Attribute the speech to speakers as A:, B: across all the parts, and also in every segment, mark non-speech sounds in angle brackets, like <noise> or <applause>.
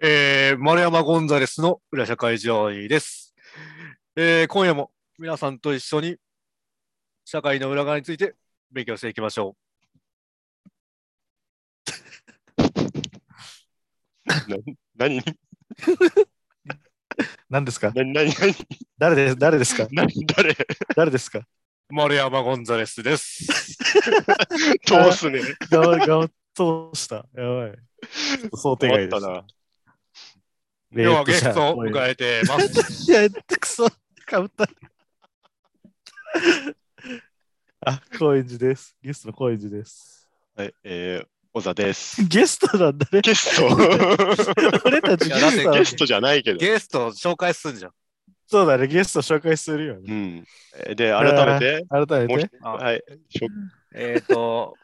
A: えー、丸山ゴンザレスの裏社会上位です。えー、今夜も皆さんと一緒に社会の裏側について勉強していきましょ
B: 何
C: 何ですか
B: 何何何
C: 誰です誰です
A: <laughs>
C: か
B: 何誰
C: 誰ですか
A: う。丸山ゴンザレスです。
B: 通すね。
C: がわがわ通した。やばい。ちょっと想定
B: 終
C: 外で
B: わった
C: し
B: な。
C: た。
A: 今日はゲストを迎
C: え
A: えてます。
C: いや、くそ、かぶった。あ、高円寺です。ゲストの高円寺です。
B: はい、えー、小座です。
C: ゲストなんだね。
B: ゲスト <laughs>
C: 俺たち
A: い
C: ゲ
A: やだって
C: ストな
B: ゲ
C: の
B: ストじゃないけど。
A: ゲストを紹介すんじゃん。
C: そうだね。ゲスト紹介するよ
B: う
C: ね。
B: ん。えーで、改めて、
C: 改
B: も
C: め
B: う
C: て
B: 一。
A: あ
B: <laughs> はい、しょ
A: えっ、ー、
C: <laughs>
A: と、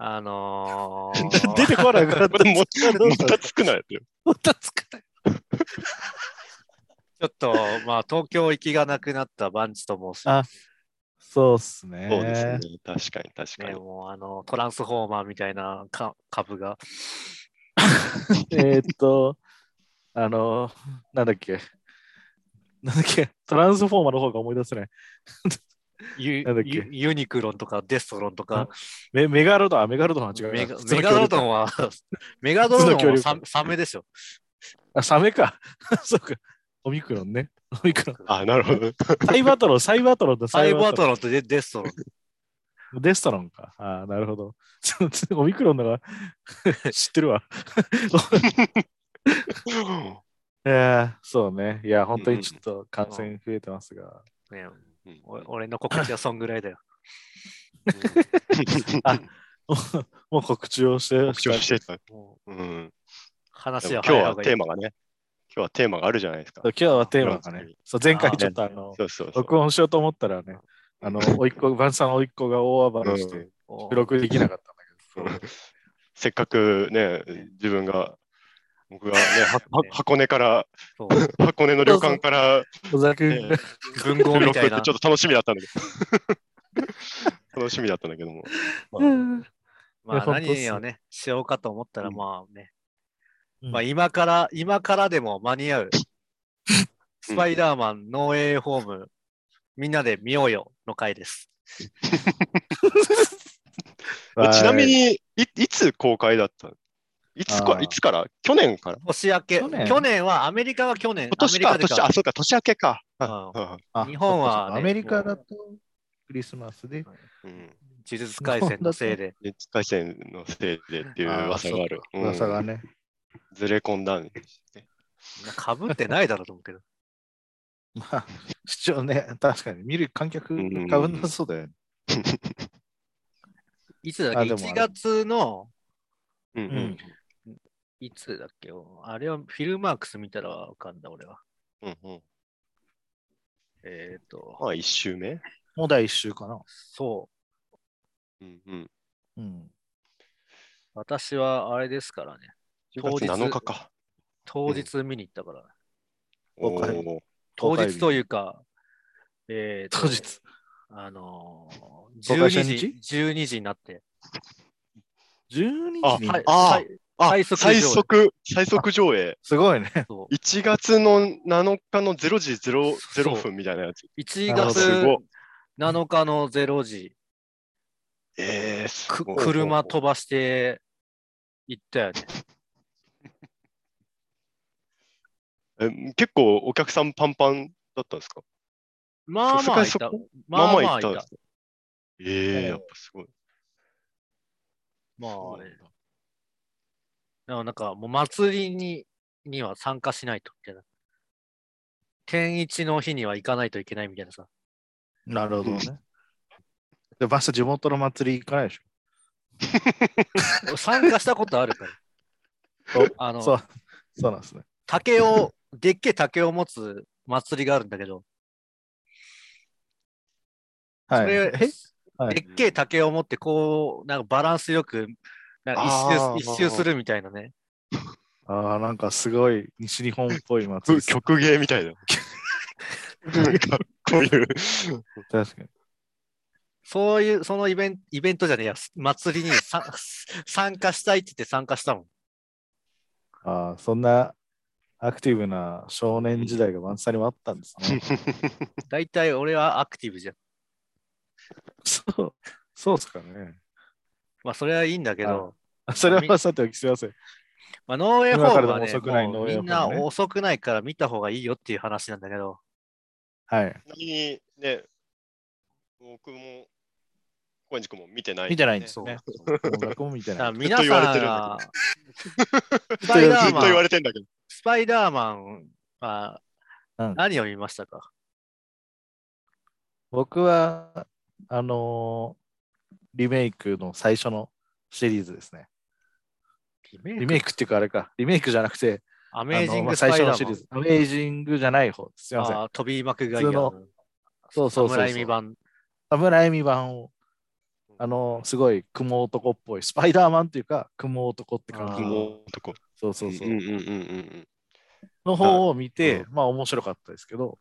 A: あのー、
C: 出てこなくなった。
B: も
C: どう
B: ま
C: した
B: たつくなよ。
C: もたつかない。
A: ちょっと、まあ、東京行きがなくなったバンチと申します。
C: そうっすね。
B: <laughs> そうですね。確かに、確か
A: ね、
B: に。
A: もうあのトランスフォーマーみたいなか株が。
C: えーっと、あの、なんだっけ。なんだっけ。トランスフォーマーの方が思い出せない。
A: ユ
C: なんだっけ
A: ユユニクロンとかデストロンとか、
C: メメガロドン、あメガロドンは違うな。
A: メガ
C: 普通の
A: メガドロド
C: 恐竜か
A: ンは、
B: <laughs>
A: メガドロド
C: 普通の恐
A: ンはサ
C: 竜
A: メサメでしょ。
C: あ、サメか。 <laughs> そうか。オミクロンね。オミクロン。
B: あ、なるほど。
C: サイバトロン、サイバトロンだ、
A: サイバート
C: ン。
A: ロンとデデストロン。
C: デストロンか。あーなるほど。 <laughs> ちょちょオミクロンだから <laughs> 知ってるわ。
B: <laughs>
C: えー、そうね。いや、本当にちょっと感染増えてますが。
A: ね、
B: うん
A: お俺の心地はそんぐらいだよ。
C: あもうもう告知をして、
B: 告知をしてた。
A: もう
B: うん。
A: 話
B: 今
A: は
B: 日
A: 早い方
B: は
A: がいい
B: テーマがね、今日はテーマがあるじゃないですか
C: そ。う今日はテーマがね、そう前回ちょっとあの、
B: そうそうそう。
C: 録音しようと思ったらね、あの、おいっ子、バンさんのおいっ子が大暴れし
B: う
C: て
B: ん、
A: お
C: 収録できなかったんだけど、
B: うんせっかくね、自分が、僕がね、
A: <laughs>
B: はは箱根から、
A: そう
B: 箱根の旅館から、
C: 小沢君
B: ね、
A: 文豪みたい
B: 収録っ
A: な
B: てちょっと楽しみだったんだけど。 <laughs> 楽しみだったんだけども。まあ
A: まあ
C: いや本当っす
A: 何をね、しようかと思ったら、
B: うん
A: まあね、
C: う
A: <laughs>
C: ん
A: まあ今から、今からでも間に
C: <laughs>
A: 合う。スパイダーマン、ノーエイホーム、みんなで見ようよの回です。
C: はい
B: ちなみにい、いつ公開だったのいつ
C: あ
B: か
C: ー
B: いつから去年から
A: 年明け、去
C: 去
A: 年
C: 年
A: はアメリカは去年、
B: 今
A: ア
B: 年
A: メリ
B: か
A: カで
B: 年、あ、そうか、年明けか。
A: あ
B: うん
C: あ
A: 日本はね
C: そっかそっかアメリカだとクリスマスで。
B: うん。
A: 呪術廻戦のせいで、
B: 熱回線のせいでっていう
C: あー
B: 噂がある。
C: そっか噂が
B: うん
C: ね。 <laughs>
B: ずれ込んだね。
A: かぶってないだろうと思うけど、
C: まあ、視聴ね、確かに見る観客
B: うん
C: かぶんなそうだよね。
A: <laughs> いつだっ
C: あ
A: け、
C: でもあれ
A: ?1 月の、
B: うんうん
A: いつだっけあれはフィルマークス見たらわかんだ、俺は。
B: うんうん
A: えっ、と、
B: まあ、一周目。
C: もう第一週かな。
A: そう、
B: うんうん。
C: うん。
A: 私はあれですからね、当
B: 10
A: 日
B: 月7日か。
A: 当日見に行ったから、
C: 公開
B: おー
A: 当
C: 公開日
A: 日というか、えーと
C: 当日。
A: あのー、
C: 公開初
A: 12時
C: 日、
A: 12時になって、
C: 12時に
B: あ。あ
A: はい
B: あ
A: 最
B: 最
A: 速上
B: 速
A: 映
B: 最速、上映。
C: すごいね。 <laughs>
A: そう
B: 1月の7日の0時 0,
A: そう
B: 0分みたいなやつ。
A: 1
C: なるほど
A: 月
B: すごい
A: 7日の0時、
B: えー、す
A: く
B: ごい
A: 車飛ばして行ったよね。
B: え結構お客さんパンパンだったんですか
A: まあまあい
B: さす
A: た
B: がにそ。
A: まあまあい
B: 行
A: た。
B: んですかええ
C: うん
B: やっぱすごい。
A: まあ
B: そうなんだ
A: ね、なんかもう祭りにには参加しないとみたいな。天一の日には行かないといけないみたいなさ。
C: なる
B: ど
C: ほ
B: ね。
C: で、バス地元の祭り行かないでし
A: 俺参加したことあるから。
C: <laughs>
A: あ
C: ょ。そ
A: の、
C: う、そうなんですね。
A: 竹を、でっけえ竹を持つ祭りがあるんだけど、
C: は
A: そ
C: い。
A: れ、
C: はい
A: でっけえ竹を持って、こう、なんかバランスよく、なんか
B: あー
A: 一周一周するみたいなね。
C: ああ、なんかすごい西日本っぽい祭
B: ふ
C: り。確
B: 曲芸みたいな。なんかこ
A: <laughs>
B: ういう。
C: かに。
A: そういう、そのイベンイベントじゃねえや、祭りにさ参加したいって言って参加したもん。
C: あーそんなアクティブな少年時代がワンさんにもあったんですね。
A: 大体俺はアクティブじゃん。
C: <laughs> そう、そうですかね。
A: まあそれはいいんだけど、
C: あそれはさておきすいません。
A: まあ、ノーウェイホームは、ね、
C: 今からでも遅くない
A: もう
C: ノーウェイホー
A: みん
C: ムね
A: な遅くないから見た方がいいよっていう話なんだけど、
C: はい。
B: ちなみにね、僕も、高円寺君も見てない、
A: 見てないんですよ
B: ね
A: ね
C: 落語みたい
A: だか
B: <laughs>
C: な
A: ら
C: い。
A: 皆さんがスパイ
C: 言
B: ず
A: ダ
C: わ
A: ー
B: っと
A: マ
B: 言わ
A: ン、
B: れてんだけど。
A: スパイダーマンは
C: うん
A: 何を見ましたか、
C: 僕は、あのーリメイクの最初のシリーズですね。リメイクっていうかあれか、リメイクじゃなくて、
A: ア
C: ア
A: メージングス
C: 最
A: パイ
C: 初
A: ダ
C: の
A: ーマン
C: シリーズ。。アメージングじゃない方。すいません。
A: あートビー・マクガイア
C: 普通の
A: の
C: そうそうそうそう
A: 侍未版。
C: 侍海版を、あの、すごい雲男っぽい、スパイダーマンっていうか、雲男って感
A: あ
C: じ
A: ー。
B: もうとこ。
C: そうそうそう
B: う。んうんうんうん
C: の方を見て、
B: う
C: まあ面白かったですけど、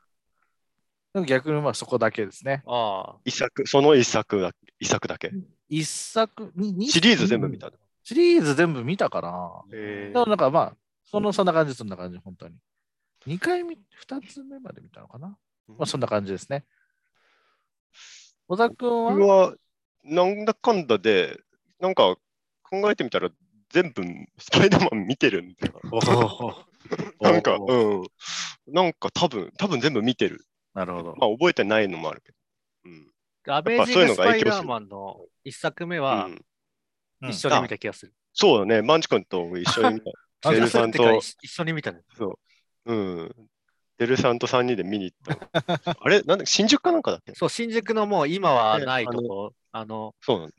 C: でも逆にまあそこだけですね。
A: ああ、
B: 一作、その一作だ一作だけ。
C: 一作、にに
B: シリーズ全部見た。
C: シリーズ全部見たかな。
A: え
C: でも
A: ー、
C: なんかまあ、そのそんな感じ、そんな感じ、本当に。2回目、2つ目まで見たのかな。まあそんな感じですね。小田君は
B: 僕は、なんだかんだで、なんか考えてみたら、全部スパイダーマン見てるんだよ。なんか、
C: おー
B: うん。なんか多分、多分全部見てる。
C: なるほど。
B: まあ覚えてないのもあるけど。うん。
A: アメージングスパイダーマンの一作目は
B: うん
C: うん
A: 一緒に見た気がする。
B: そうだね、マンチ君と一緒に見た。 <laughs>
C: うん
B: テ
C: あ
B: ル
A: 一緒
B: さ
A: に
B: ん
A: ってか
B: と、
A: 一一緒に見たね。
B: うん。テルさんと3人で見に行ったの。あれなんだ新宿かなんかだっけ
A: そう、新宿のもう今はない
B: ねあ
A: と
B: の
A: こ、あの、
B: そうなんだ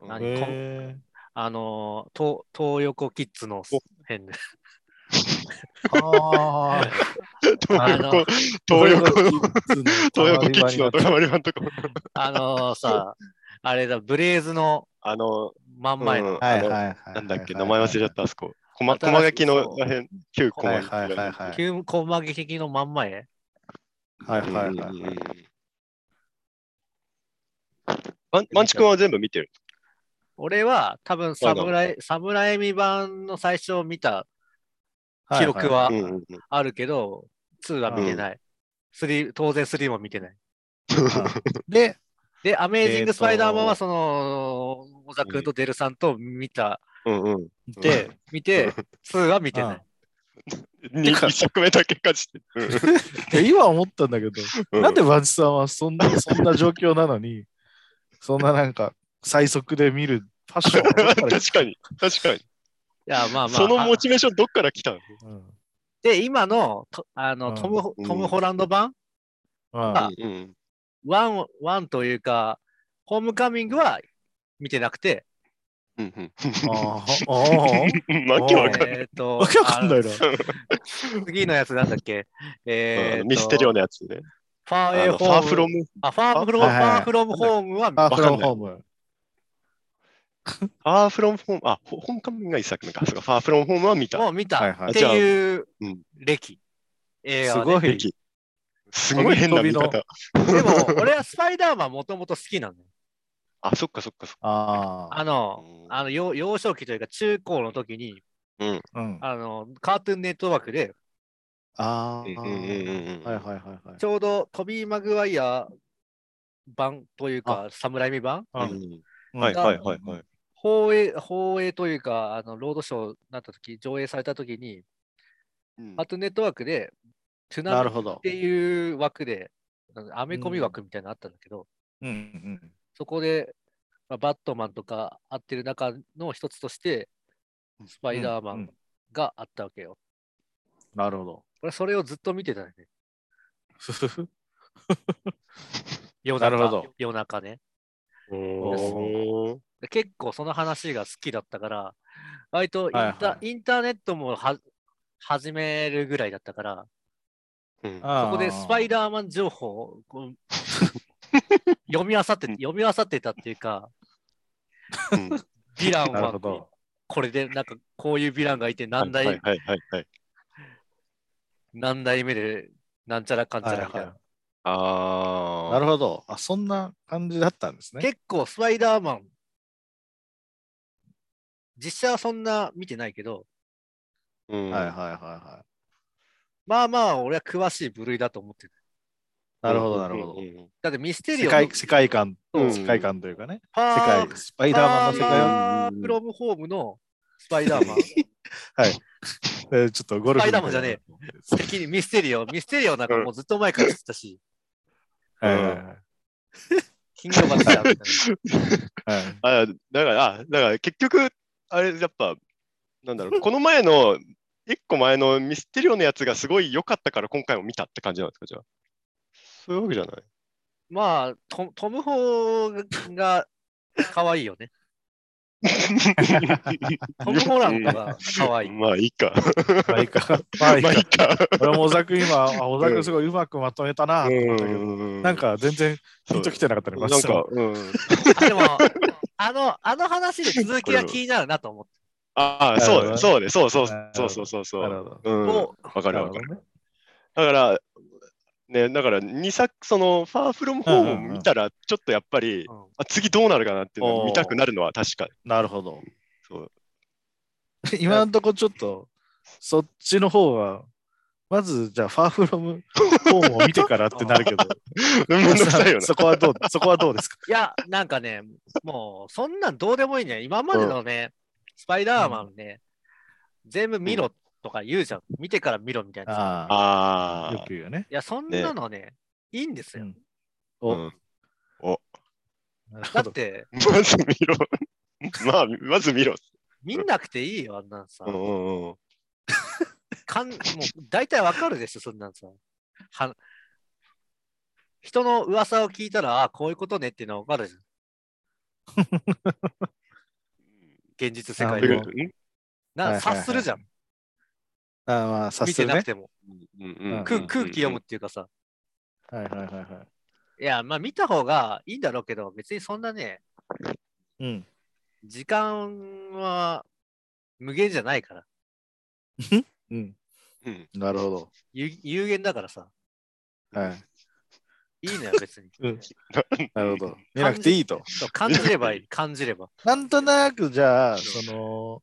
B: うん
A: 何
C: へー
A: こんあの、東東横キッズの辺で。
C: ああ。
A: あ
B: 東
A: の
B: 横、東横の、東横
C: 東
B: キッズのドラマリバンとかも。
A: <laughs> あのさ、あれだ、ブレイズの
B: あの、
A: 真ん前の。
B: うん
C: はい
B: あの
C: はいはい。
B: なんだっけ、名前忘れちゃった、あそこ。こま、
A: 新しい
B: こまがきの
A: そう
B: あれ、旧こま
C: はい
B: がきの
C: はいはいはい。
A: 急小間劇の真ん前
C: はいはいはい
B: うんうんう
C: はい
B: ん。マンマンチ君は全部見てる。
A: 俺は多分
B: そうなの
A: 侍、侍未版の最初を見た記録は
B: うんうんうん
A: あるけど、2は見てない。3当然3も見てない。
C: で、
A: で、アメージングスパイダーマン
C: えー
A: は
C: と
A: その、小田君とデルさんと見た、
B: うんうん。
A: で、見て、2は見てない。
B: に一作目だけ勝ちて <laughs> る。
C: いや今思ったんだけど、
B: う
C: なんでバチさんはそ
B: <laughs>
C: んなそんな状況なのに、そんななんか最速で見るファッションはどっから
B: 確かに、確かに。
A: いや、まあまあ。
B: そのモ
A: あ
B: チベーションどっから来たの <laughs>
C: うん
A: で、今のとあの、
C: うん
A: トムホ
B: うん
A: トム・ホランド版、
C: まあ
B: うん
A: ワンワンというか、ホームカミングは見てなくて、
B: うんうん
C: あーあ
B: うん。わけわかんない。
A: えーっと、
C: ー、わけわかんないな。
A: あの次のやつなんだっけえーっ
B: う
A: と
B: んミステリオのやつね。
A: ファ
B: あ
A: ーエー
B: のフ
A: ホ
B: ァー
A: ー
B: フ
A: ム。
B: ロム、
A: あ、ファーフロム、
C: はいはいはい
A: ファーフロムホームは、
C: あ、
B: わ
C: フ
B: か
C: ロ
B: ん
C: ン
B: ない
C: ホーム。
B: ファーフロムホーム、あ、ほ本館が一作目か。そうかファーフロムホームは見た。
A: もう見た、
C: はいはい
A: っていう
B: うん
A: 歴。映
C: す
A: 画
C: ご
A: で。
C: い。
B: 敵すごい変な見
C: 飛び
B: 方。
A: でも、俺はスパイダーマンもともと好きなのよ。
B: あ、そっかそっかそっ
C: あ
A: あ
C: あ。
A: の、
B: か。
A: あの幼幼少期というか中高の時に、
C: うんあ
A: あの、カートゥーンネットワークで、
C: あ
B: うん
C: ー。
B: うんうんうん
C: はいはいはいはい
A: ち。ょうどトビー・マグワイア版というか、侍未版
C: あ
B: うん
C: うん
B: はいはいはいはい。
A: 放映、放映というか、あの、ロードショーになった時、上映された時に、
B: うん
A: カートゥーンネットワークで、トゥナ
C: な
A: ミ
C: る
A: っ
C: ほど。
A: ていう枠で、あのアメコミ枠みたいなのあったんだけど、
C: うんうん
A: そこで、まあ、バットマンとか合ってる中の一つとして、スパイダーマ
C: うんう
A: ン
C: ん
A: があったわけよ。
C: なる
A: <laughs>
C: ほど。
A: 俺、それをずっと見てたよね。夜
C: な
A: 中
C: るほど
A: 夜中ね。
B: おー
A: で結構その話が好きだったから、割とインタ,、
C: はいは
A: インターネットもは始めるぐらいだったから、
B: う
A: そ
B: ん
C: あ
A: こでスパイダーマン情報をこ
C: <laughs>
A: う読み漁って、読み漁ってたっていうか、
B: うん
A: ヴィラン
C: ーなるほ
A: は
C: ど。
A: これで、なんかこういうヴィランがいて何代、
B: はいはいはいはい。
A: 何代目でなんちゃらかんち
C: は
A: ゃ
C: い
A: らみたいな。
C: は
B: ああ。
C: い。なるほど。あ、そんな感じだったんですね。
A: 結構スパイダーマン、実写はそんな見てないけど、
B: うん
C: はいはいはいはい。
A: まあまあ、俺は詳しい部類だと思ってる。
C: なるほどなるほ
B: うんう。
C: ど
B: んうん
A: だってミステリ
C: 世
A: オの
C: 界世界観、
B: うん
C: 世界観というかね、
A: パ
C: 世界
A: ー、
C: スパイダーマンの世界は、
A: パーフロムホームのスパイダー <laughs> マン。
C: えーちょっとゴルフみたいな。
A: スパイダー敵にミステリオ、ミステリオなんかもうずっと前から知ってたし、
C: はいはいはい
A: 金魚バッターみたいな。
C: はい
B: あだから、あだから結局、あれ、やっぱ、なんだろう、この前の、一個前のミステリオのやつがすごい良かったから今回も見たって感じなんですか、じゃあ。そういうわけじゃない。
A: まあ、トトム・ホーが可愛いよね。トム・ホランドが可愛い。
B: <laughs> まあいいか。
C: まあいいか。まあいい
B: まあいい <laughs>
C: か。
B: か。
C: 俺も小沢君今、あ小沢君すごいうまくまとめたなと思ったけど、なん、か全然ピンときてなかったね。
B: な
C: ま
B: ん
C: っすぐ
B: か、うん。
A: あでも、あの、あの話で続きが気になるなと思って。
B: ああ、
C: なるほ
B: そう
C: ど
B: だ、
C: ね
B: そうだ、そうそう、
C: なる
B: そう
C: ほど
B: そうそう。そ
C: なる
B: う
C: ほど。
B: うん。わ
A: も
B: かる
C: なる
B: わ
C: ほ
B: か
C: ど
B: る。
C: ね。
B: だから、ね、だから2作、その、ファーフロムホームを見たら、ちょっとやっぱり、
A: う、
B: あ次どうなるかなっていうの
C: お
B: を
C: ー
B: 見たくなるのは確か
C: なるほど。
B: そう
C: <laughs> 今のとこちょっと、そっちの方は、まずじゃあ、ファーフロムホームを見てからってなるけど、
B: めんどくさいよな。
C: <laughs> そこはどうそこはどうですか
A: いや、なんかね、もう、そんなんどうでもいいね。今までのね、スパイダーマンね、全部見ろとか言うじゃん。見てから見ろみたいな。い
C: ああ、よ
B: ああ
C: く。言うよね。
A: や、そんなのね、いいんですよ。
C: うん
B: う
C: お
B: んお
C: なる
A: だ
C: ほ
A: っ
C: ど。
A: て、
B: まず見ろ。 <laughs> まあ、まず見ろ。
A: 見なくていいよ、あんなんさ
B: う。んうんうん。
A: かんもう大体わかるでしょ、そんなんさ。は人の噂を聞いたら、あこういうことねっていうのはわかる
C: <laughs>
A: じゃん。現実世
C: あ
A: 界
C: の
A: で
C: は
A: も。な
C: はいはいはい
A: 察するじゃん、
C: あーまあ、さ
A: 見
C: す
A: て
C: が
A: なくて
C: ね。
A: も、
B: うんうんうん
A: 空。空気読むっていうかさ。
C: はいはいはいはい
A: や、まあ見た方がいいんだろうけど、別にそんなね、
C: い。うん。
A: 時間は無限じゃないから。
C: うん。
B: うん。
C: なるほど。
A: 有有限だからさ。
C: はい。
A: いいのよ、別に。
C: <laughs> うんなるほ <laughs> ど。見なくていいと。
A: そう感じればい
C: <laughs>
A: い、感じれば。
C: なんとなく、じゃあ、その、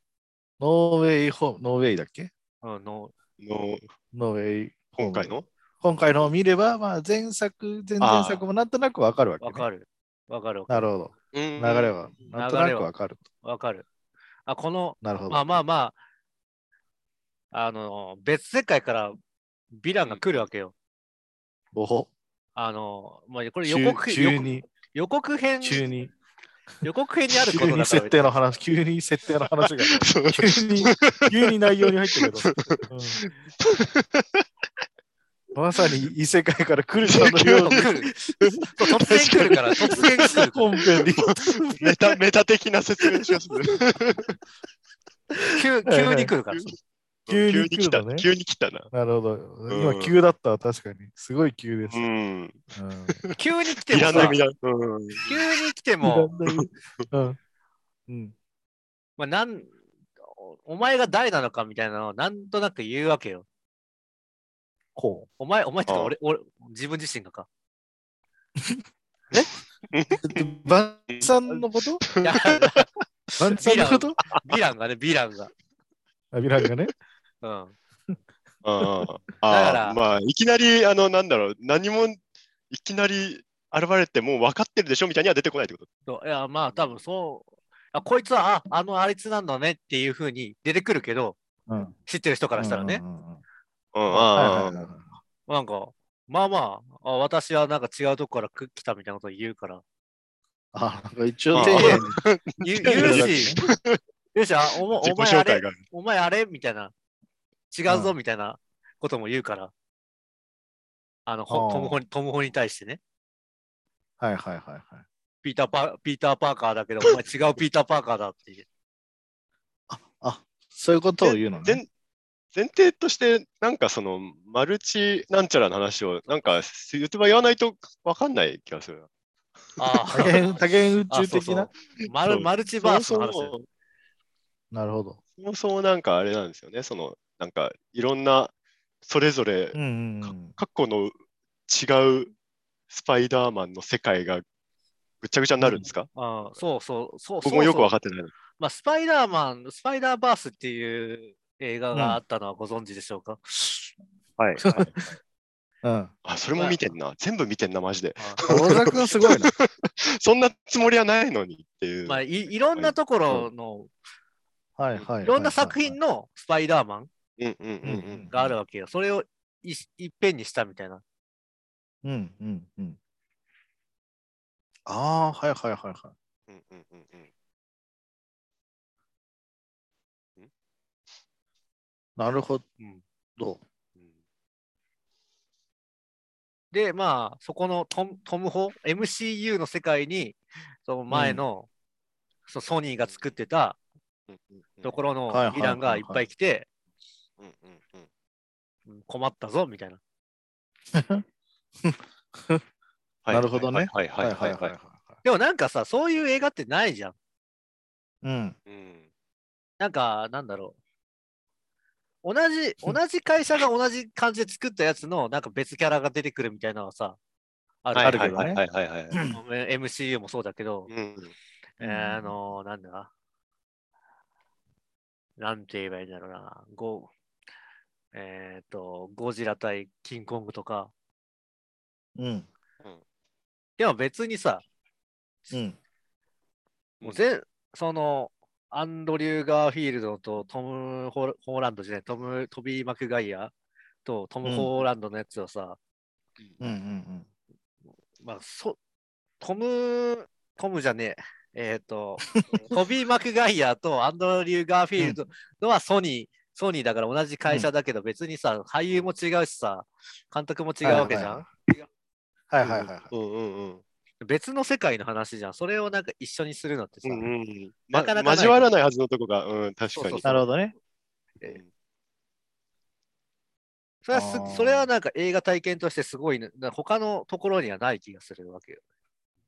C: ノーウェイホーム、ノーウェイだっけ
A: うん、の
B: の
C: ノーウェイホ
B: 今
C: ーム
B: 回の
C: 今回のを見れば、まあ、前作、前々作もなんとなくわかるわけ、ね。
A: わかる。わかる。
C: なるほど。
B: 流
C: 流れは、なんとなくわかると。
A: わかる。あ、この、
C: なるほど。
A: まあまあまあ、あの、別世界からヴィランが来るわけよ。
C: おほ。
A: あの、まあ、これ予
C: 急
A: 告
C: 急
A: 予告
C: に、
A: 予告編、
C: 急に、
A: 予告編にあること
C: 急に
A: だから
C: 設定の話、急に設定の話が、急に、急に内容に入ってるけど。うんまさに異世界から来るかの
A: 別
C: よ
A: に
C: うに
A: 来るそう <laughs> 突然来るから、突然来るから
C: 本編に。
B: <laughs> メタメタ的な説明しまする。
A: 急、急に来るから。
C: <laughs> 急に
B: 来
C: 来
B: た
C: るのね。
B: 急に来たな。
C: <laughs> なるほど。
B: う
C: 今、
B: ん
C: 急だったわ、確かに。すごい急です
B: う。ん。
C: うん
A: 急に来て
B: い
A: も
B: らな
A: さ
B: い、、いらない。うん
A: 急に来て
C: いら
A: も、
C: ないうんうん。
A: まあ、なん、おお前が誰なのかみたいなのをなんとなく言うわけよ。
C: こ
A: お前、お前ってか
B: ああ
A: 俺、俺、自分自身
B: <laughs>
A: がか。
C: う。バンさんのこと
A: いや
C: バンさんのこと
A: ヴィランがね、ヴィランが。
C: アビランがね。
A: うん。
B: あー
A: だか
B: あ
A: ら
B: ー、まあ、いきなり、あの、なんだろう、何も、いきなり現れてもう分かってるでしょみたいには出てこないってこと。
A: そういや、まあ、多分そう。あこいつは、あ、あのあいつなんだねっていうふうに出てくるけど、
C: うん。
A: 知ってる人からしたらね
C: う、んうんうんうん。
B: うん、
C: は
B: あ
C: いは
B: あ
C: いはいはい
A: なんか、まあまあ、あ私はなんか違うとこからく来たみたいなこと言うから、
C: あ、なんか一応
B: あ
C: 丁寧に。
A: ゆ
C: <laughs>
B: いやいや
A: 言うし、言うし、あおも
B: 自
A: お
B: 己
A: 前あ
B: 紹介
A: れ、
B: がある。
A: お前あれみたいな、違うぞみたいなことも言うから、あの、ほ
C: あー
A: トムホにトムホに対してね、
C: はいはいはいはい。
A: ピーターパー、ピーターパーカーだけど、お前違うピーターパーカーだっていう。
C: そういうことを言うのね。
B: 前前提として、なんかその、マルチなんちゃらの話を、なんか言ってば言わないと分かんない気がするな。
A: あ
C: 多元多元宇
A: あ、
C: 宙
A: そう
C: 的
A: そ
C: な
A: う。マル
B: そう
A: マルチ
B: そも
A: バース
B: そ
A: の
B: も
A: 話だよ。
B: そ
C: なるほど。
B: もそもなんかあれなんですよね。その、なんかいろんな、それぞれ
C: うんうんうん。
B: 過去の違うスパイダーマンの世界がぐちゃぐちゃになるんですか、
A: ああそうそう、そうそう
B: 僕もよく分
A: そう
B: かってないの。
A: まあ、スパイダーマン、スパイダーバースっていう映画があったのはご存知でしょうか、
B: はい。
C: うん。
B: あ、それも見てんな。全部見てんな、マジで。
A: 小沢君すごいな。
B: そんなつもりはないのにっていう。
A: まあ、いいろんなところの、
C: <laughs> はいはい。
A: いろんな作品
C: の。
A: のスパイダーマン
B: うんうんうんう
C: うんん。
A: があるわけよ。それをいいっぺんにしたみたいな。
C: うんうんうん。ああ、はいはいはいはい。
B: うんうんうんうんん
C: なるほ
A: うん
C: ど。
B: うん
A: で、まあ、そこのトムトムホ、MCU の世界に、その前の、そうソニーが作ってた
B: うんうんうん
A: ところの
C: はいはい
A: ヴィランがいっぱい来て、
B: うんうんうん
A: うん困ったぞみたいな。
B: はい
C: なるほどね
B: はいはいはいはいはい。
A: でもなんかさ、そういう映画ってないじゃん。
C: うん。
B: うん
A: なんか、なんだろう。同じ、同じ会社が同じ感じで作ったやつの、なんか別キャラが出てくるみたいなのはさ、ある
B: はい
C: るけど
B: は
C: ね
B: いはいはいはい。
A: MCU もそうだけど、
B: うん
A: えーあのーなんだなんて言えばいいんだろうな。ゴえっ、と、ゴジラ対キングコングとか。
C: うん。
A: でも別にさ、
C: うん。
A: もう全、その、アンドリュー・ガーフィールドとトム・ホーホーランドじゃない、トム・トビー・マクガイアとトム・
C: うん
A: ホーランドのやつはさ、
C: うんうん
A: まあ、そトム、トムじゃねえ、えっ、と、 <laughs> トビー・マクガイアとアンドリュー・ガーフィールドのはソニー、ソニーだから同じ会社だけど、別にさ、俳優も違うしさ、監督も違うわけじゃん。
C: はいはいはいはいはい。
B: うんうんうん
A: 別の世界の話じゃん。それをなんか一緒にするのってさ、
B: うんうん。
A: なかなかない
B: ま交わらないはずのとこが、うん、確
A: そ
B: か
A: う
B: に。
A: そう
C: なるほどね。
A: それはす
C: あー
A: それはなんか映画体験としてすごいね、な他のところにはない気がするわけよ。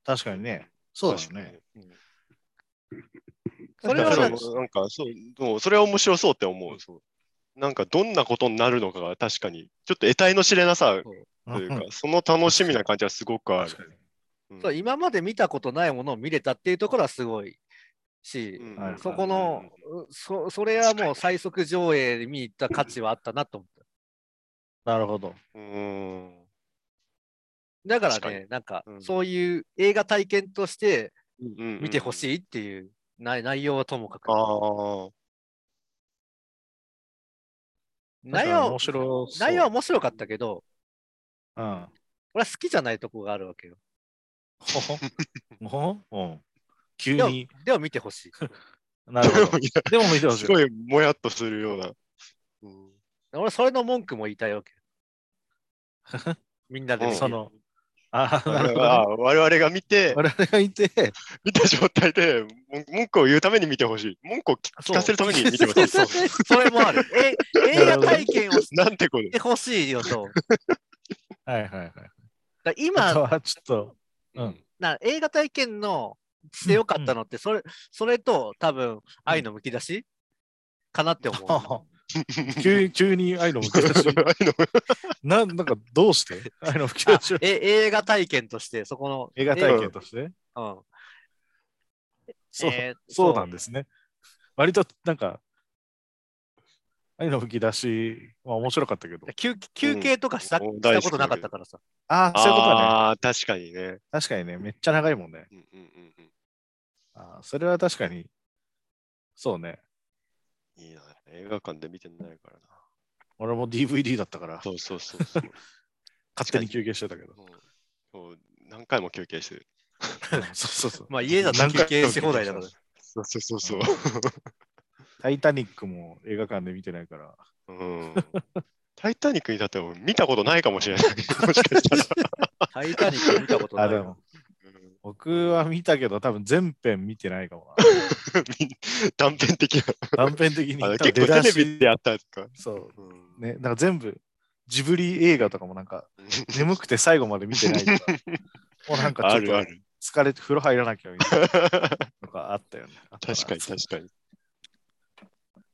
C: 確かにね。そうですね。
A: それは
B: だか
A: な
B: ら
A: んか
B: そうなんか、そう、そうそれは面白そうって思う。そうなんか、どんなことになるのかが確かに、ちょっと得体の知れなさというか、その楽しみな感じはすごくある。うん
A: そう今まで見たことないものを見れたっていうところはすごいし、
B: うん
C: はい
A: そこの、うそそれはもう最速上映で見に行った価値はあったなと思った。
C: なるほど。
B: うん。
A: だから
B: 確か
A: ね、なんか、
B: うん
A: そういう映画体験として見
B: 見
A: てほしいっていう、な内容はともかく。
B: ああ。
A: 内
C: 確かに
A: 容
C: 面白そう。
A: 内容は面白かったけど、
C: うん。
A: 俺は好きじゃないとこがあるわけよ。
C: ほほうん。急
A: でも
C: に。
A: でも見てほしい。
C: なる
B: <laughs>
C: ほど。
B: い
C: でも見て
B: や
C: ほし
B: す
C: い。
B: ごいもやっとするような。うん
A: <laughs> 俺、それの文句も言いたいわけ。みんなで見て、
C: その、ああ、なるほどね。
B: あ我々が見て、
C: 我々がいて、
B: 見た状態で文文句を言うために見てほしい。文句を聞聞かせるために見てほしい。
A: <laughs> そうそうそれもある。え
B: <laughs>
A: 映画体験をし
B: なんてこと
A: てほしいよと。
C: はいはいはい。
A: だから
C: <laughs> あと
A: 今
C: はちょっと、うん
A: な、映画体験のしてよかったのって、それそれと多分、愛のむき出しかなって思
C: あ <laughs>
A: う。
C: あ急
B: <laughs>
C: に、急に愛の向き出 <laughs> し。ななんか、どうして愛の向き出しを。
A: え映画体験として、そこの。
C: 映画体験として。
A: えうん
C: そう、
A: えー
C: そうなんですね。割と、なんか、愛の吹き出しは面白かったけど。
A: 休休憩とかした,、
B: うん
A: したことなかったからさ。
C: ああ、そういうことだね。
B: ああ、確かにね。
C: 確かにね、めっちゃ長いもんね。
B: うんうんうんう
C: あーそれは確かに、そうね。
B: んいいな。映画館で見てないからな。
C: 俺も DVD だったから、勝
B: そうそうそうそう。
C: 手に休憩してたけど。
B: <laughs> もうそう何回も休憩してる。
C: そうそう <laughs> そう。
A: まあ家だと休憩し放題だから。
B: そうそうそうそう。
C: タイタニックも映画館で見てないから。
B: うん、タイタニックにだって俺見たことないかもし <laughs> れない。もしかしたら。
A: タイタニック見たことな
C: あ、
A: い
C: で
A: な。
C: も、僕は見たけど、多分全編見てないか <laughs> も
B: 断片的な。 <laughs>
C: な。断片的に。
B: あの
C: 多分
B: 結構テレビでやったんですか。
C: そう。
B: うん <laughs>
C: ね、なんか全部、ジブリ映画とかもなんか、眠くて最後まで見てない <laughs> とか、もうなんか
B: あ
C: ちょっ
B: るあ
C: と
B: る。
C: 疲れて風呂入らなきゃみたいなのがあったよね。
B: 確かに確かに。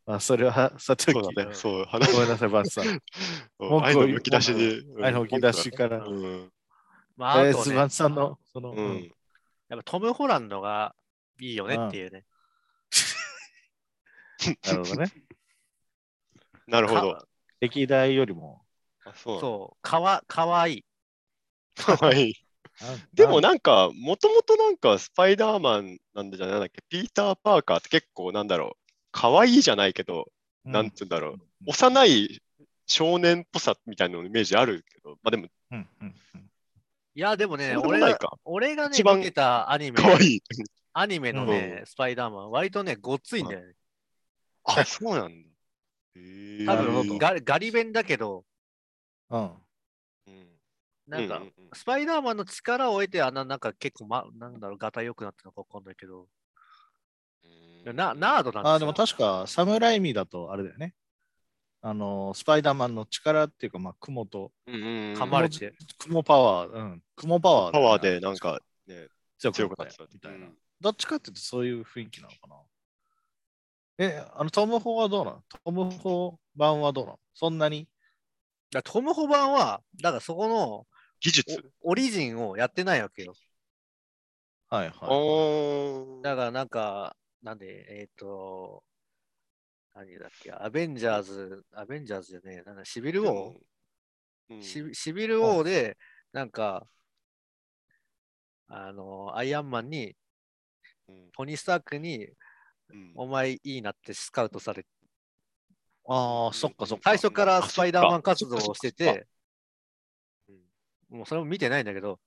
C: まあ、それはさて
B: そ
C: お
B: う
C: き、
B: だね。そう、話
C: ごめんなさい、バンさん。
B: <laughs> うん愛のむき出しで。うん
C: 愛の吹き出し。から、
B: 文句はうん
A: まあ、
C: とりあえ
A: あと
C: ず
A: ね
C: バンさんの、その、
B: う
C: うん
B: ん。
A: やっぱトム・ホランドがいいよねっていうね。
C: なるほどね。
B: なるほど。
C: 歴代よりも。
B: あそうなん
A: そう、かわかわいい。
B: だかわいい。 <laughs> でも
C: な、
B: なんか、もともとなんかスパイダーマンなんじゃなんだっけ、ピーター・パーカーって結構なんだろう、可愛いじゃないけど、
C: う
B: なんつうんだろう、
C: うん
B: 幼い少年っぽさみたいなのイメージあるけど、まあでも、
C: うんうんうん
A: いや、でもね、
B: そうでも
A: 俺
B: ない
A: が
B: か。
A: 俺がね、
B: 一番
A: 見てたアニメ
B: 可、愛い。
A: アニメのね、スパイダーマン、割とね、ごっついんだよね。
B: あ、そうなんだ。へー
A: 多
C: なるほ
A: 分
C: ど
A: ガリガリ弁だけど、
C: うん。
B: うん
A: なんか
B: う、う
A: スパイダーマンの力を得て、あの、なんか結構、ま、なんだろう、ガタ良くなったのかわかんないけど、
B: うん
A: な、ナードなんですよ。
C: あ、でも確か、サムライミだとあれだよね。あの、スパイダーマンの力っていうか、まあ、雲と、
B: うんうんうん
A: 噛まれて。
C: 雲パワー、うん、雲パワーだ
B: パ
C: よね、
B: ワーでなんか
C: 強
B: 強
C: く
B: く
C: な
B: な
C: っ
B: ったてた
C: みたいな。どっちかっていうとそういう雰囲気なのかな。え、あのトム・ホーはどうなのトム・ホー版はどうなのそんなに
A: だからトム・ホバンは、だからそこの
B: 技術。
A: オリジンをやってないわけよ。
C: はい
B: あ
C: はい。
B: ー
A: だからなんか、なんで、えっ、と、何だっけ、アベンジャーズ、アベンジャーズじゃねえ、なんだ、シビル王、
B: うん
A: シビシビル王で、なんか、あの、アイアンマンに、
B: うん
A: トニー・スタークに、
B: うん
A: お前いいなってスカウトされて、
C: ああ、そっかそっか。
A: 最初からスパイダーマン活動をして
B: あそっか
A: て、もうそれも見てないんだけ
B: <laughs>
A: ど、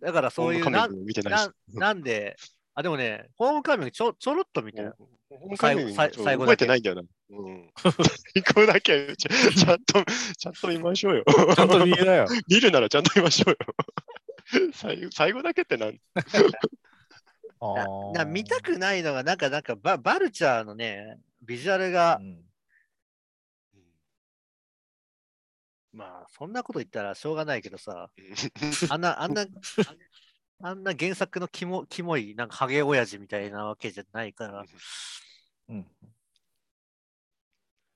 A: だからそういう、
B: ホーム
A: な
B: カミング見てないし
A: ななんで、あ、でもね、ホームカミングちょちょろっと見たよ。
B: ホームカミング
A: 最後
B: ちょ
A: 最後
B: 覚
A: だけ
B: えてないんだよな。
A: <laughs>
B: うん。最後だけちゃちゃんと、ちゃんと見ましょうよ。
C: ちゃんと見えなよ。
B: 見るならちゃんと見ましょうよ。 <laughs> 最後最後だけってなん
C: あ
A: な
C: ー
A: な見たくないのが、なんか、なんかバ、バルチャーのね、ビジュアルが
C: う、ん
A: まあ、そんなこと言ったらしょうがないけど <laughs> さ、あんな、あんな、あんな原作のキモキモい、なんか、ハゲ親父みたいなわけじゃないから、
C: うん。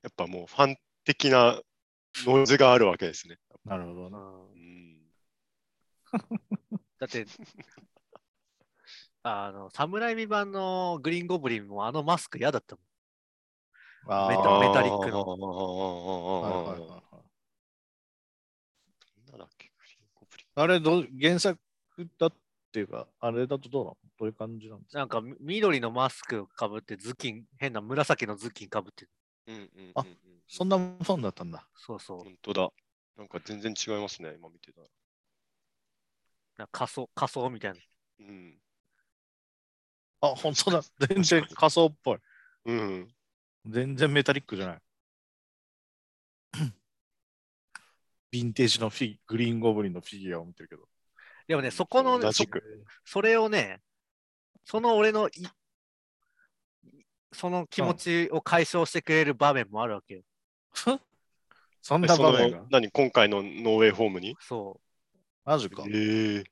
B: やっぱもうファン的なノイズがあるわけですね。
C: なるほど
A: う
C: な。
A: ん
B: うん
A: だって、 <laughs> あの、侍未版のグリーンゴブリンもあのマスク嫌だったもん。
C: あ
A: メ
C: ー
A: タメタリックの
C: はいはいはい
B: の。
C: はい
B: なんだっけグリーンゴブリン
C: あれどう、原作だっていうか、あれだとどうなのどういう感じなんですか
A: なんか、み緑のマスクをかぶって、頭巾、変な紫の頭巾かぶってる、
B: うんうんうんうん
C: あそんなもんだったんだ。
A: そうそう、
B: 本当だ。なんか全然違いますね、今見てたら。
A: なんか仮装、仮装みたいな。
B: うん。
C: あ、本当だ。全然仮想っぽい。
B: うん。
C: 全然メタリックじゃない。ヴィンテージのフィギグリーンゴブリンのフィギュアを見てるけど。
A: でもね、そこのね、
B: 同
A: そ
B: じく。
A: それをね、その俺のい、その気持ちを解消してくれる場面もあるわけよ。
C: そん
B: え
C: な
B: そ
C: 場面
B: の
C: が
B: 何今回のノーウェイホームに
A: そ
C: マジか。
B: え
C: ど
B: ー、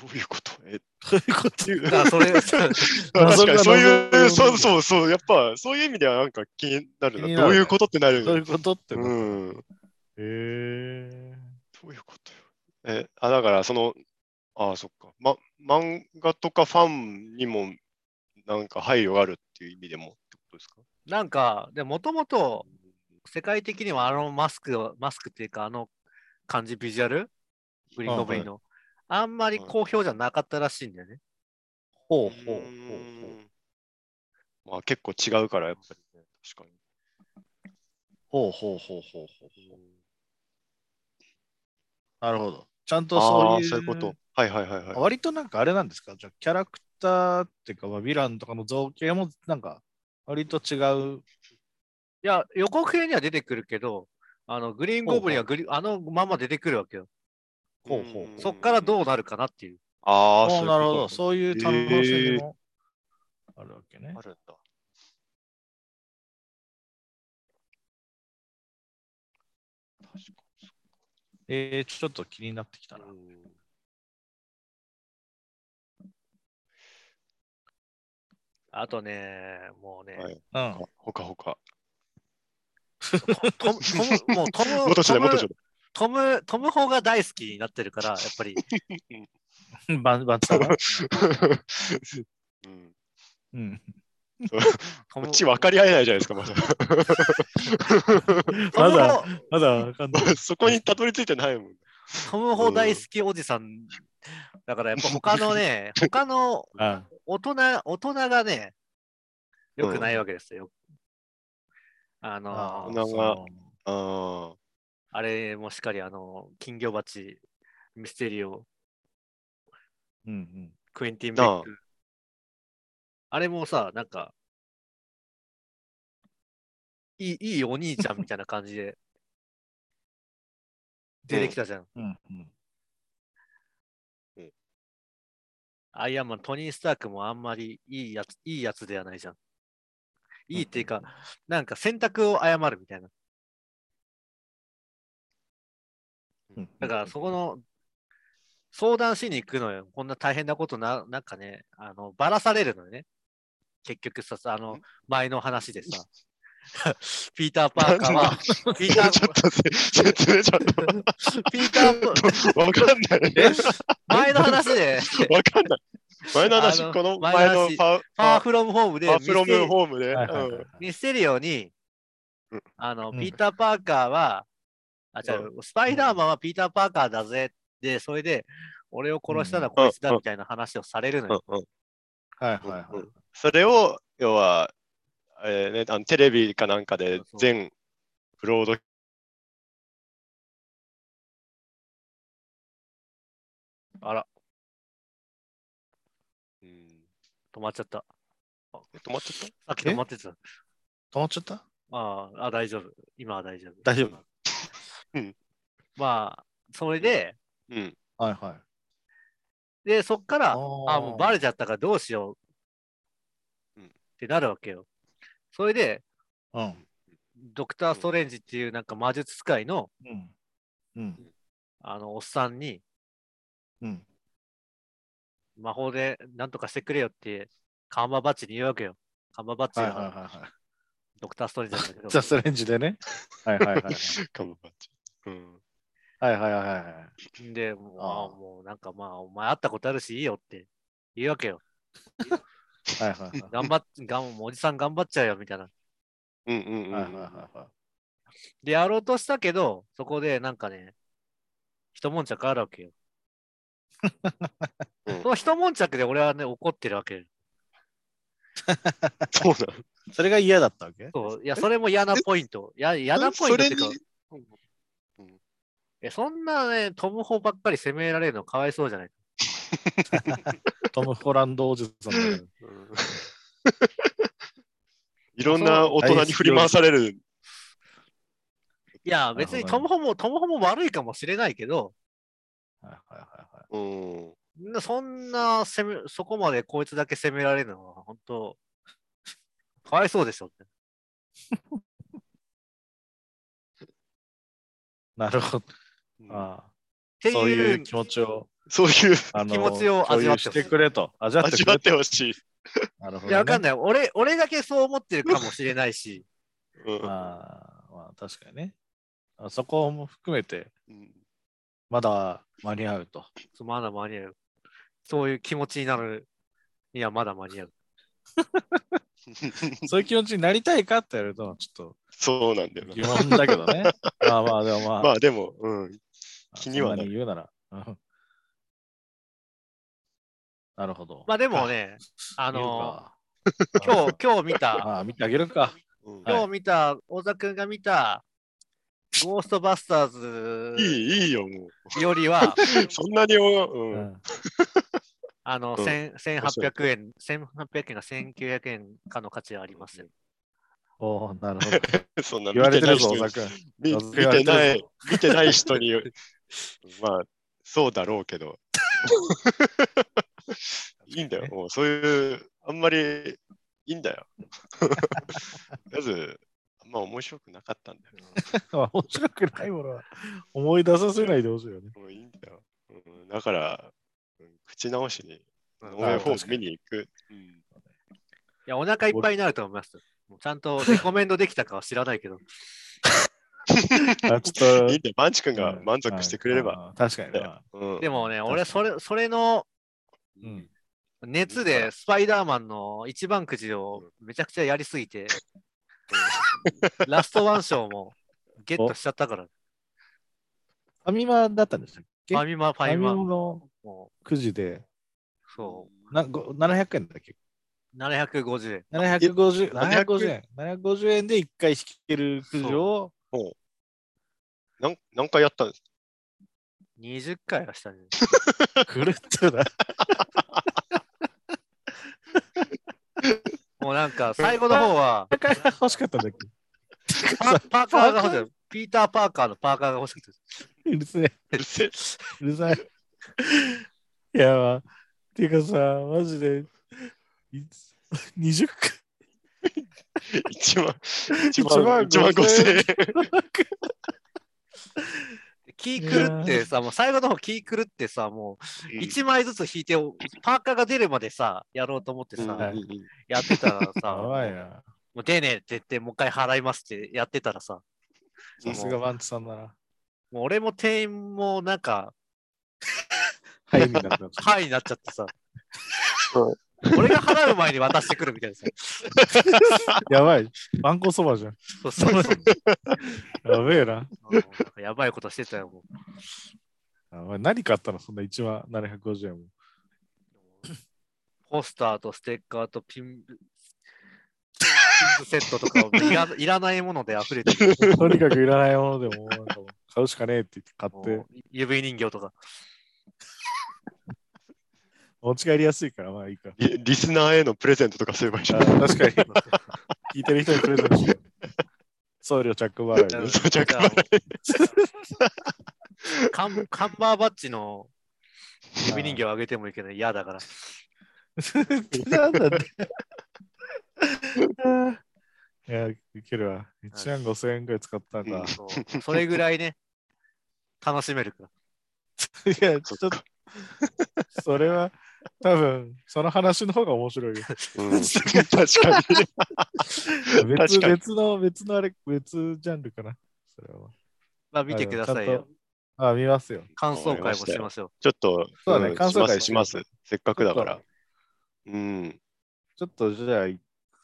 B: どういうことえ
C: ういうこと言う
A: う。だからそれ、
B: 確
C: 謎
B: か
C: が
B: にそうい
C: 謎
B: う、そ
C: が
B: うそうそう、やっぱそういう意味ではなんか気になる
C: 気
B: な。
C: になる
B: ど
C: ね
B: ういうことってなる
C: どうい
B: よ。
C: うことってこと。へ
B: うん。ど
C: え。
B: ういうことよ。え、あ、だからその、あそっか。ま、漫画とかファンにもなんか配慮があるっていう意味でもってことですか
A: なんか、でもともと世界的にはあのマスクを、マスクっていうか、あの感じ、ビジュアル、グリーンゴブリンの、あんまり好評じゃなかったらしいんだよね。
C: ほう
B: う
C: ほうほうほう。
B: んまあ結構違うから、やっぱりね。確か
C: ほうほうほうほうほう。
B: に。
C: なるほど。ちゃんと
B: あ
C: そう
B: あ、
C: いう。
B: そういうこと。。はいはいはいはい。
C: 割となんかあれなんですかじゃあキャラクターっていうか、まあ、ヴィランとかの造形もなんか割と違
A: い
C: う。
A: や、予告編には出てくるけど、あのグリーンゴブリンはグリあのまま出てくるわけよ。
C: ほうほう
A: そっからどうなるかなっていう。
B: ああ、
C: あなるほど。
B: そう
C: そういう可能性もあるわけ
B: い
C: ね
B: うこ。とあるんだ。確かに
C: えー、ちょっと気になってきたな。
B: うん
A: あとね、もうね、
B: はい
C: うん。
B: ほかほか。
A: トム、ト
B: <laughs>
A: ムもうトム、
B: 元
A: ト
B: 女だ、
A: ム
B: 元、女だ。。
A: トム、トムホが大好きになってるから、やっぱり、 <laughs>
C: バンバンツさんは
B: うん。
C: うん。
A: ト
B: <laughs> こ
A: ム
B: っち分かり合えないじゃないですか、まだ。
A: ト
B: <laughs>
A: ムホ
C: まだまだわかんない。
B: そこにたどり着いてないもん。
A: トムホ大好きおじさん。だからやっぱ他の
B: <laughs>
A: ね、他の
C: あ
A: 大人、大人がね、良くないわけですよ。あ
C: あ
A: の
B: ー、なんか
C: そ
B: ああ。
A: あれもしっかり、あの、金魚鉢、ミステリオ、
C: ううん
A: クエンティン・ベック。あれもさ、なんか、いいいいお兄ちゃんみたいな感じで <laughs> 出てきたじゃん。
C: うん。うんうん。
A: アイアンマン、トニー・スタークもあんまりいいやつ、いいやつではないじゃん。いいっていうか、なんか選択を誤るみたいな。
C: うん
A: だからそこの相談しに行くのよ。こんな大変なことな、なんかね、あの、ばらされるのよね。結局さ、あの、前の話で
B: <laughs>
A: さ、ピーター・パーカーは、ピー
B: ち
A: タ
B: ょっ
A: ー、
B: と説明ちょっと
A: ピーターパー、
B: 分かんない。
A: 前の話
B: <laughs>
A: で、
B: わかんない。前の話
A: あ、の
B: この
A: 前
B: 前
A: の
B: の
A: 話
B: パ
A: パー
B: パ
A: フロムホームで
B: パ
A: ミ
B: フ
A: ス
B: ロ
A: テリ
B: ムホームで。
C: はいはいはいは
B: う
C: い。
A: ミステリオに
B: うん、
A: あの、
C: うん
A: ピーター・パーカーは、あ、違う、スパイダーマンはピーター・パーカーだぜ。で、それで、俺を殺したのはこいつだ
B: うん
A: みたいな話をされるの
B: ん
A: よ。
B: うんうん
C: はいはいはい。
B: それを、要は、えーね、あのテレビかなんかで
A: そうそう
B: 全ブロード
A: あら、
B: うん
A: 止まっちゃった。
B: え止まっちゃ
A: さ
B: っ
A: っき止まってた。
C: 止まっちゃった
A: ああ、あ大丈夫。今は大丈夫。
C: 大丈夫
B: うん
A: まあ、それで、
B: たうん。
C: はいはい。
A: で、そっから、
C: ー
A: あ、もうバレちゃったからどうしよう。
B: うん
A: ってなるわけよ。それで、
C: うん。
A: ドクター・ストレンジっていうなんか魔術使いの、
C: うん。うん。
A: あの、おっさんに、
C: うん。
A: 魔法でなんとかしてくれよって、カンバーバッチに言うわけよ。カンバーバッチ
C: はいはい
A: が
C: はいは
A: ドクター・ストレンジなんだけ
C: い。
A: ど、
C: ザ・ストレンジでね。はいはいはいはい。
B: カムバッチ。うん。
C: はいはいはいはい。
A: で、もう、
C: あ
A: あ
C: あ
A: ーもうなんかまあ、お前会ったことあるし、いいよって言うわけよ。
C: はいはいは
A: 頑張っ、がんもうおじさん頑張っちゃうよ、みたいな。
B: うんうんう
C: い。
B: ん。
C: はいはいはいはい。
A: で、やろうとしたけど、そこでなんかね、一悶着あるわ
C: <laughs>
A: けよ。
B: うん
A: その一悶着で俺はね、怒ってるわけよ。
B: そうなの
C: それが嫌だったわけ
A: そう、いや、それも嫌なポイント。いや、嫌なポイントっていうか
B: それに、
A: えそんなね、トムホばっかり責められるのかわいそうじゃない
C: トム・ホランドおじさんだけ
B: う
C: ど。
B: んいろんな大人に振り回される。
A: いや、別に
C: なる
A: ト
C: ほ
A: ムホ
C: どね
A: も、トムホも悪いかもしれないけど、
C: はいはいはいはい。
B: うん。
A: なそんな責め、そこまでこいつだけ責められるのは、本当かわいそうでしょって。
C: なるほど。
B: うん
C: あ
A: って
C: あそう
A: い
C: いうう気持ちを、
B: そういう
C: あの
A: 気持ちを味わってほしい
C: 共有してくれと。味わっ
B: <laughs>
C: て
B: 味
C: く
B: わっ
C: れ
B: てほしい。
C: なるほど、
A: いや、わかん
C: ない。
A: ない。俺、俺だけそう思ってるかもしれないし、 <laughs>
B: うん
C: まあ、まあ、確かにね。あそこも含めて、
B: うん
C: まだ間に合うと。
A: そうまだ間に合う。そういう気持ちになるにはまだ間に合う。
C: そういう気持ちになりたいかってやると、ちょ
B: <laughs> そうなんだ
C: っ
B: よ
C: と
B: な
C: 疑。問だけどね。まあまあ、でもまあ、
B: まあでも、うん。気には
C: そ
B: なんる
C: なに言うなら。うんなるほど。
A: まあでも
C: ね、
A: ね、あの、
C: 見るか
A: 今日、今日見
C: <laughs>
A: た、
C: ああ、見てあげるか。
B: うん
C: はい
A: 今日見た、大沢くんが見た、ゴーストバスターズ
B: いい、いいよ、もう。
A: よりは、
B: そんなにお、う。
C: うんん
A: あの、
B: うん
A: 千1800円、1800円が1900円かの価値はありますよ。
C: おおなるほど。
B: そんな見
C: 言われ
B: て
C: て
B: ない
C: るぞ、
B: 人
C: 小
B: に
C: 沢君。
B: み
C: 小
B: 見
C: 沢君言わ
B: て
C: れて
B: な
C: る
B: い
C: ぞ、
B: 見てない人に、 <laughs> まあ、そうだろうけど、いいんだよ。もうそういう、あんまり、いいんだよ。まず、あんま面白くなかったんだよ。
C: まあ面白くないものは思い出させないでほしいよね。
B: もういいんだよ。うん、だから、うん口直しに、
C: ん
B: オンエアフォー
C: 確
B: ム
C: か
B: 見
C: に
B: に行く。うん
A: いや、お腹いっぱいになると思います。もうちゃんとレコメンドできたかは知らないけど。
C: あちょ <laughs> っ
B: いいんだよ。マンチ君
C: と
B: が満足してくれれば。
C: ば。確かにな。
B: うん
A: でもね、
C: かに
A: 俺、それ、それの、
B: うん
A: 熱でスパイダーマンの一番くじをめちゃくちゃやりすぎて、ラストワン賞もゲットしちゃったから、
C: ファミマだったんですよ。
A: ファミマ、フ
C: フ
A: ァ
C: ァ
A: ミ
C: ミマ
A: マ。
C: の
A: も
C: くじで、
A: うそ
C: なご700円だっけ
A: う、750円。
B: 750
C: 750, 750円。750円で1回引けるくじを、
B: なん何回やったんです
A: 20回はしたね。
C: 狂ってるな。 <laughs>
A: もうなんか、最後の方は、
C: 高いが欲しかったんだっ <laughs> け
A: パパーカーが欲しかった。ピーター・パーカーのパーカーが欲しくて。
C: うるせえ。
B: か
C: うるさい。 <laughs> いや、まあ、ていうかさ、マジで、いつ20回。
B: ?1 万、1
C: 1
B: 万
C: 万
B: 1万5千円。
A: 気狂ってさ、もう最後の方気狂ってさ、もう
B: うん
A: 1枚ずつ引いて、パーカーが出るまでさ、やろうと思って
B: うん
A: さ、
C: はい
B: うんうん
A: やってたら
C: やばい
A: さ、
C: な。
A: もう出ねえって言って、もう一回払いますってやってたらさ、
B: うん
C: さすがバンチさんだな。
A: もう俺も店員もなんか、
C: はい、みんなってなった。
A: はいになっちゃってさ
B: そ、
A: 俺が払う前に渡してくるみたいなさ、
C: やばい。ワンコそば <laughs> じゃん。
A: そうそうそう
C: やべえな。
A: なんかやばいことしてたよ、もう。
C: やばい何買ったのそんな1万750円も。
A: ポスターとステッカーとピン、ピンセットとかもいらいらないもので溢れてる。
C: とにかくいらないものでも、なんかもう買うしかねえって言って買っ
A: も
C: て、
A: う指人形とか。
C: 持ち帰りやすいから、まあいいか。
B: リリスナーへのプレゼントとかすればいいじ
C: あ
B: ゃん。
C: 確かに、聞いてる人にプレゼントしよう。送料着払いで。
B: そうじゃあ
A: じゃあカンカンバーバッジの指人形をあげてもいいけど嫌だから。
C: なん <laughs> だって。いや、いけるわ。1万5000円ぐらい使ったんだ。
B: う
C: い
B: ん
A: そうそれぐらいね、楽しめるから。
C: や、ち
B: そ
C: ょ
B: っ
C: っ
B: か
C: と、それは、多分その話の方が面白いよ。
B: うん確かに。確か
C: <laughs> 別
B: に
C: 別の、別のあれ、別ジャンルかな。それは。
A: まあ見てください
C: あでも
A: よ。
C: ちゃんと。あ、見ますよ。
A: 感想会もしましょう。
B: ちょっと、
C: そうだね
B: ん
C: 感想会
B: します、します。せっかくだから。うん。
C: ちょっと、じゃあ、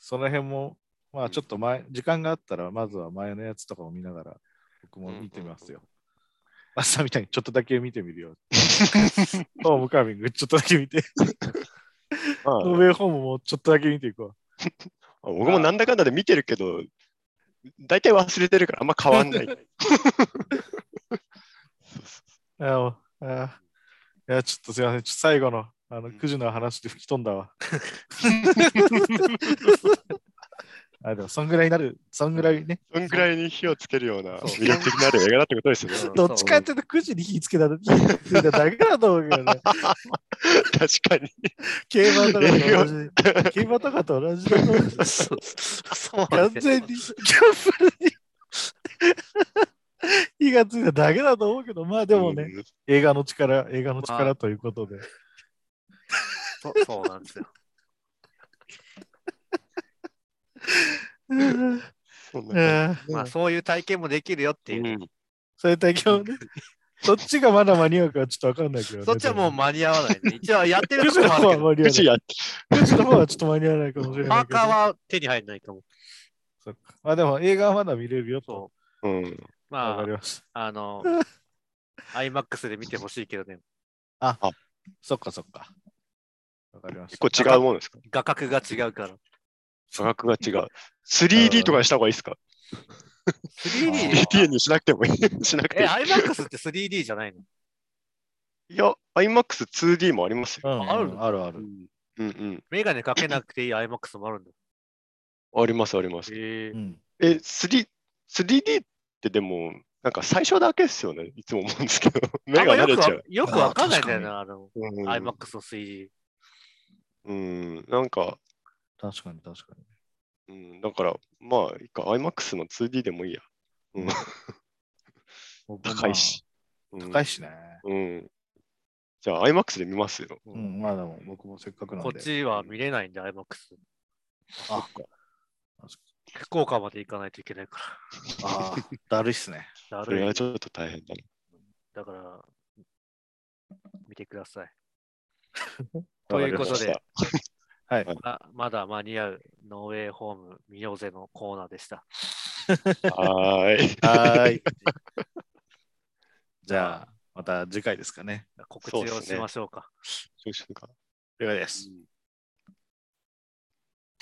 C: その辺も、まあ、ちょっと前、時間があったら、まずは前のやつとかを見ながら、僕も見てみますよ。朝みたいにちょっとだけ見てみ
A: <laughs>
C: るよ。ホームカーミング、ちょっとだけ見て。
B: まあ
C: ノーウェイホームもちょっとだけ見ていこう。
B: 僕もなんだかんだで見てるけど、大体忘れてるからあんま変わん
C: <laughs>
B: ない。
C: あーもうあーいや、ちょっとすいません。ちょっと最後の、あの、9時の話で吹き飛んだ
B: <laughs>
C: わ。あでも、そんぐらいになる、そんぐらいね。
B: そんぐらいに火をつけるような
A: そう
B: 魅力的なる映画だってことですよね。
A: そう
C: どっちかっていうと9時に火つけた火つけただけだと思
B: <laughs>
C: うけどね。
B: 確かに。
C: 競馬とかと同じ。競馬とかと同じだと思う。
A: そう <laughs> そうなん
C: 完
A: だよ
B: <laughs>
C: 全にギャンブルに火がついただけだと思うけど、まあでもね、
B: うん。
C: 映画の力、映画の
A: ま
C: 力ということで。
A: そうそうなんですよ。
B: そんな感
C: あー
A: まあそういう体験もできるよって
B: じ
A: いうう。
B: ん
C: そういう体験をね。どっちがまだ間に合うかはちょっとわかんないけど、ね。
A: そっちはもう間に合わない、ね。一応やってると
C: 9
A: こ
C: 時
A: ろ
C: の
A: もあ
C: 方
A: る
C: は
A: けど、
B: 富
C: 間に合わない
B: 士。やっ
C: 9時の方はちょっと間に合わないかもしれな
A: パ
C: い
A: ー
C: けど。
A: カーは手に入らないかも。
C: そっかまあでも映画はまだ見れるよと。
A: そ
B: うん。
A: う。ま
C: わか
A: あ
C: り、ました。
A: あの、IMAX で見てほしいけどね、
C: そっかそっか。わかりまし
B: 結
C: た。
B: 構違うものですか
A: 画角が違うから。
B: 価格が違う。3D とかにした方がいいですか
A: 3D?
B: ?3D にしなくてもいい。しなくて
A: え、
B: い
A: IMAX って 3D じゃないの
B: い。いや、IMAX2D もありますよ。
C: うんうん
A: ある
C: あるあ
B: う
C: る。
B: んうん
A: メガネかけなくていい IMAX もあるんだ。
B: うん。ありますあります。
A: へえ
C: うん
B: え、3D 3D ってでも、なんか最初だけですよね。いつも思うんですけ
C: <laughs>
B: ど。目が慣れちゃう。
A: よくわかんないんだよな、あの、
B: うん、
A: IMAX の 3D。
B: うん、なんか、
C: 確かに確かに。
B: うん、だから、まあ、いいか、IMAX の 2D でもいいや。高いし。うん
C: まあ。高いしね。
B: うん。じゃあ、IMAX で見ますよ。
A: う
C: うんん、まあでも僕もせっかくなんで。
A: こっちは見れないんで、IMAX。
C: あっ
A: 福岡まで行かないといけないか
C: あー、だるいっすね。
A: ら。だ
B: そ
A: る
B: れ
A: い
B: はちょっと大変だ
C: <laughs>
A: だから、見てください。ということで、
C: はい。
B: はい
A: あまだ間に合うノーウェイホーム見ようぜのコーナーでした。
B: はー
C: <laughs>
B: い。
C: はーい。じゃあ、また次回ですかね。
A: 告知
B: そうっす
A: を
B: ね
A: しましょうか。
B: そうしようか
C: 了解です。
A: え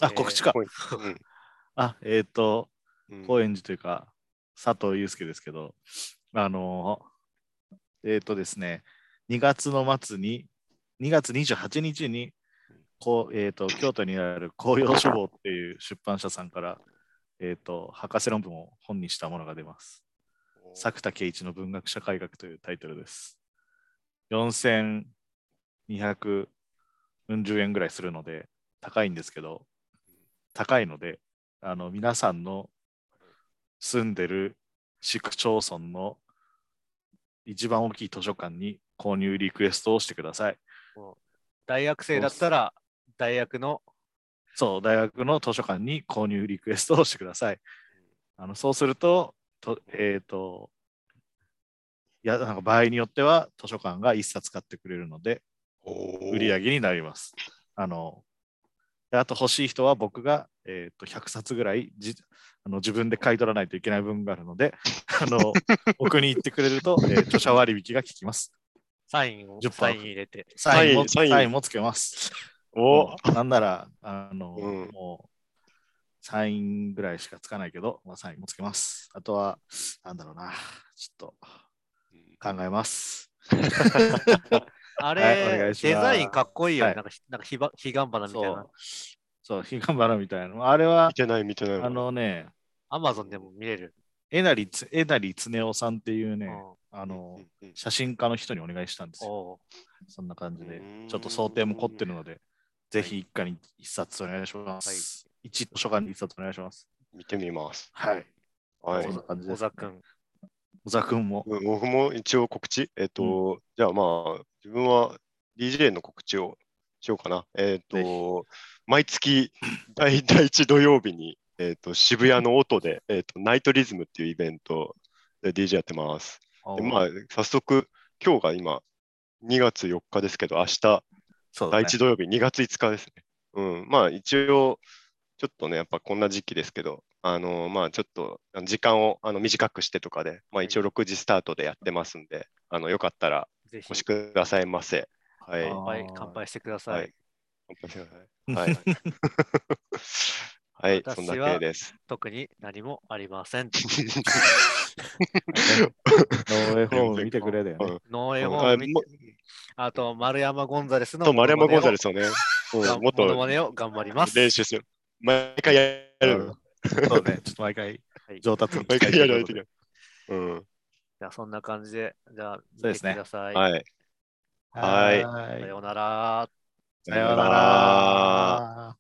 C: あ、
A: ー
C: 告知か。
B: うん
C: あ、えっ、と、
B: うん
C: 高円寺というか、佐藤祐介ですけど、あのーえっ、とですね、2月の末に、2月28日に、こうえー、と京都にある紅葉書房っていう出版社さんから、えー、と博士論文を本にしたものが出ます。作田圭一の文学社会学というタイトルです。4240円ぐらいするので、高いんですけど、高いので、あの皆さんの住んでる市区町村の一番大きい図書館に購入リクエストをしてください。
A: 大学生だったら、大学の
C: そう、大学の図書館に購入リクエストをしてください。あのそうすると、とえっ、と、いや、なんか場合によっては図書館が1冊買ってくれるので、売り上げになります。あの、であと欲しい人は僕が、えー、と100冊ぐらいじあの自分で買い取らないといけない分があるので、あの僕に行ってくれると、えー著者割引が効きます。
A: サインを
C: 10%
A: サイン入れて、
C: サ
B: サイ
C: インも
B: ンサイン
C: サインもつけます。
B: お
C: なんなら、あの、
B: うん
C: もう、サインぐらいしかつかないけど、まあ、サインもつけます。あとは、なんだろうな、ちょっと考えます。
A: あれ、
C: はいお願いしま
A: デ
C: す
A: ザインかっこいいよね。
C: はい
A: なんかひ、なんかひば、ひがんばなみたい
C: そ
A: な
C: う。。そう、ヒガンバラみたいな。あれは
B: 見、てない見てないわ。
C: あのね、
A: アマゾンでも見れる。
C: えなりつ、えなりつねおさんっていうね、
A: うん
C: あの
B: うん、うんうん
C: 写真家の人にお願いしたんですよ。
A: おう
C: そんな感じ
B: う
C: で
B: ーん、
C: ちょっと想定も凝ってるので、ぜひ一家に一冊お願いします。一図書館に一冊お願いします。
B: 見てみます。
C: はい。
B: はい
C: そん。な感じで
A: 小
C: すね
A: 沢君。
C: 小沢君も。
B: うん僕も一応告知、えっ、と、じゃあまあ、自分は DJ の告知をしようかな。えっ、
C: ぜ
B: と、毎月第第1土曜日に、えっ、と、渋谷の音で、えっ、と、ナイトリズムっていうイベントで DJ やってます。でまあ、早速、今日が今、2月4日ですけど、明日、
C: そうだ
B: 第
C: ね
B: 1土曜日、2月5日ですね。うん、まあ一応、ちょっとね、やっぱこんな時期ですけど、あのまあちょっとあの時間をあの短くしてとかで、まあ一応6時スタートでやってますんで、あのよかったら
A: ぜ
B: お越し
A: ひ、
B: くださいませ。はい。
C: あ
A: 乾杯
C: あー、
A: 乾杯してください。
B: はいお越しください。はい。はい、そんな系です。
A: 特に何もありません。
C: ノーウェイホーム見てくれだよね。
A: ノーエ
B: あ
A: モ
B: も
A: あと、丸山ゴンザレスの。
B: と丸山ゴンザレスをね、うんもっ
A: モノマ
B: と
A: ネを頑張ります。
B: 練習する。毎回やるの。
C: そうね、ちょっと毎回
A: はいじ
C: 上達に期
B: 毎
C: 待
B: 回
C: と
B: や
C: い
B: ら
C: う
B: れ
C: こ
B: て
C: とで
B: る。うん。
A: ゃあ、そんな感じで、じゃあ、
C: そう
A: 見
C: で
A: て
C: す
A: く
C: ね
A: ださい。
B: はい。
C: は
B: はいい
A: さようなら。
C: さ
B: さ
C: ような
B: ような
C: ら。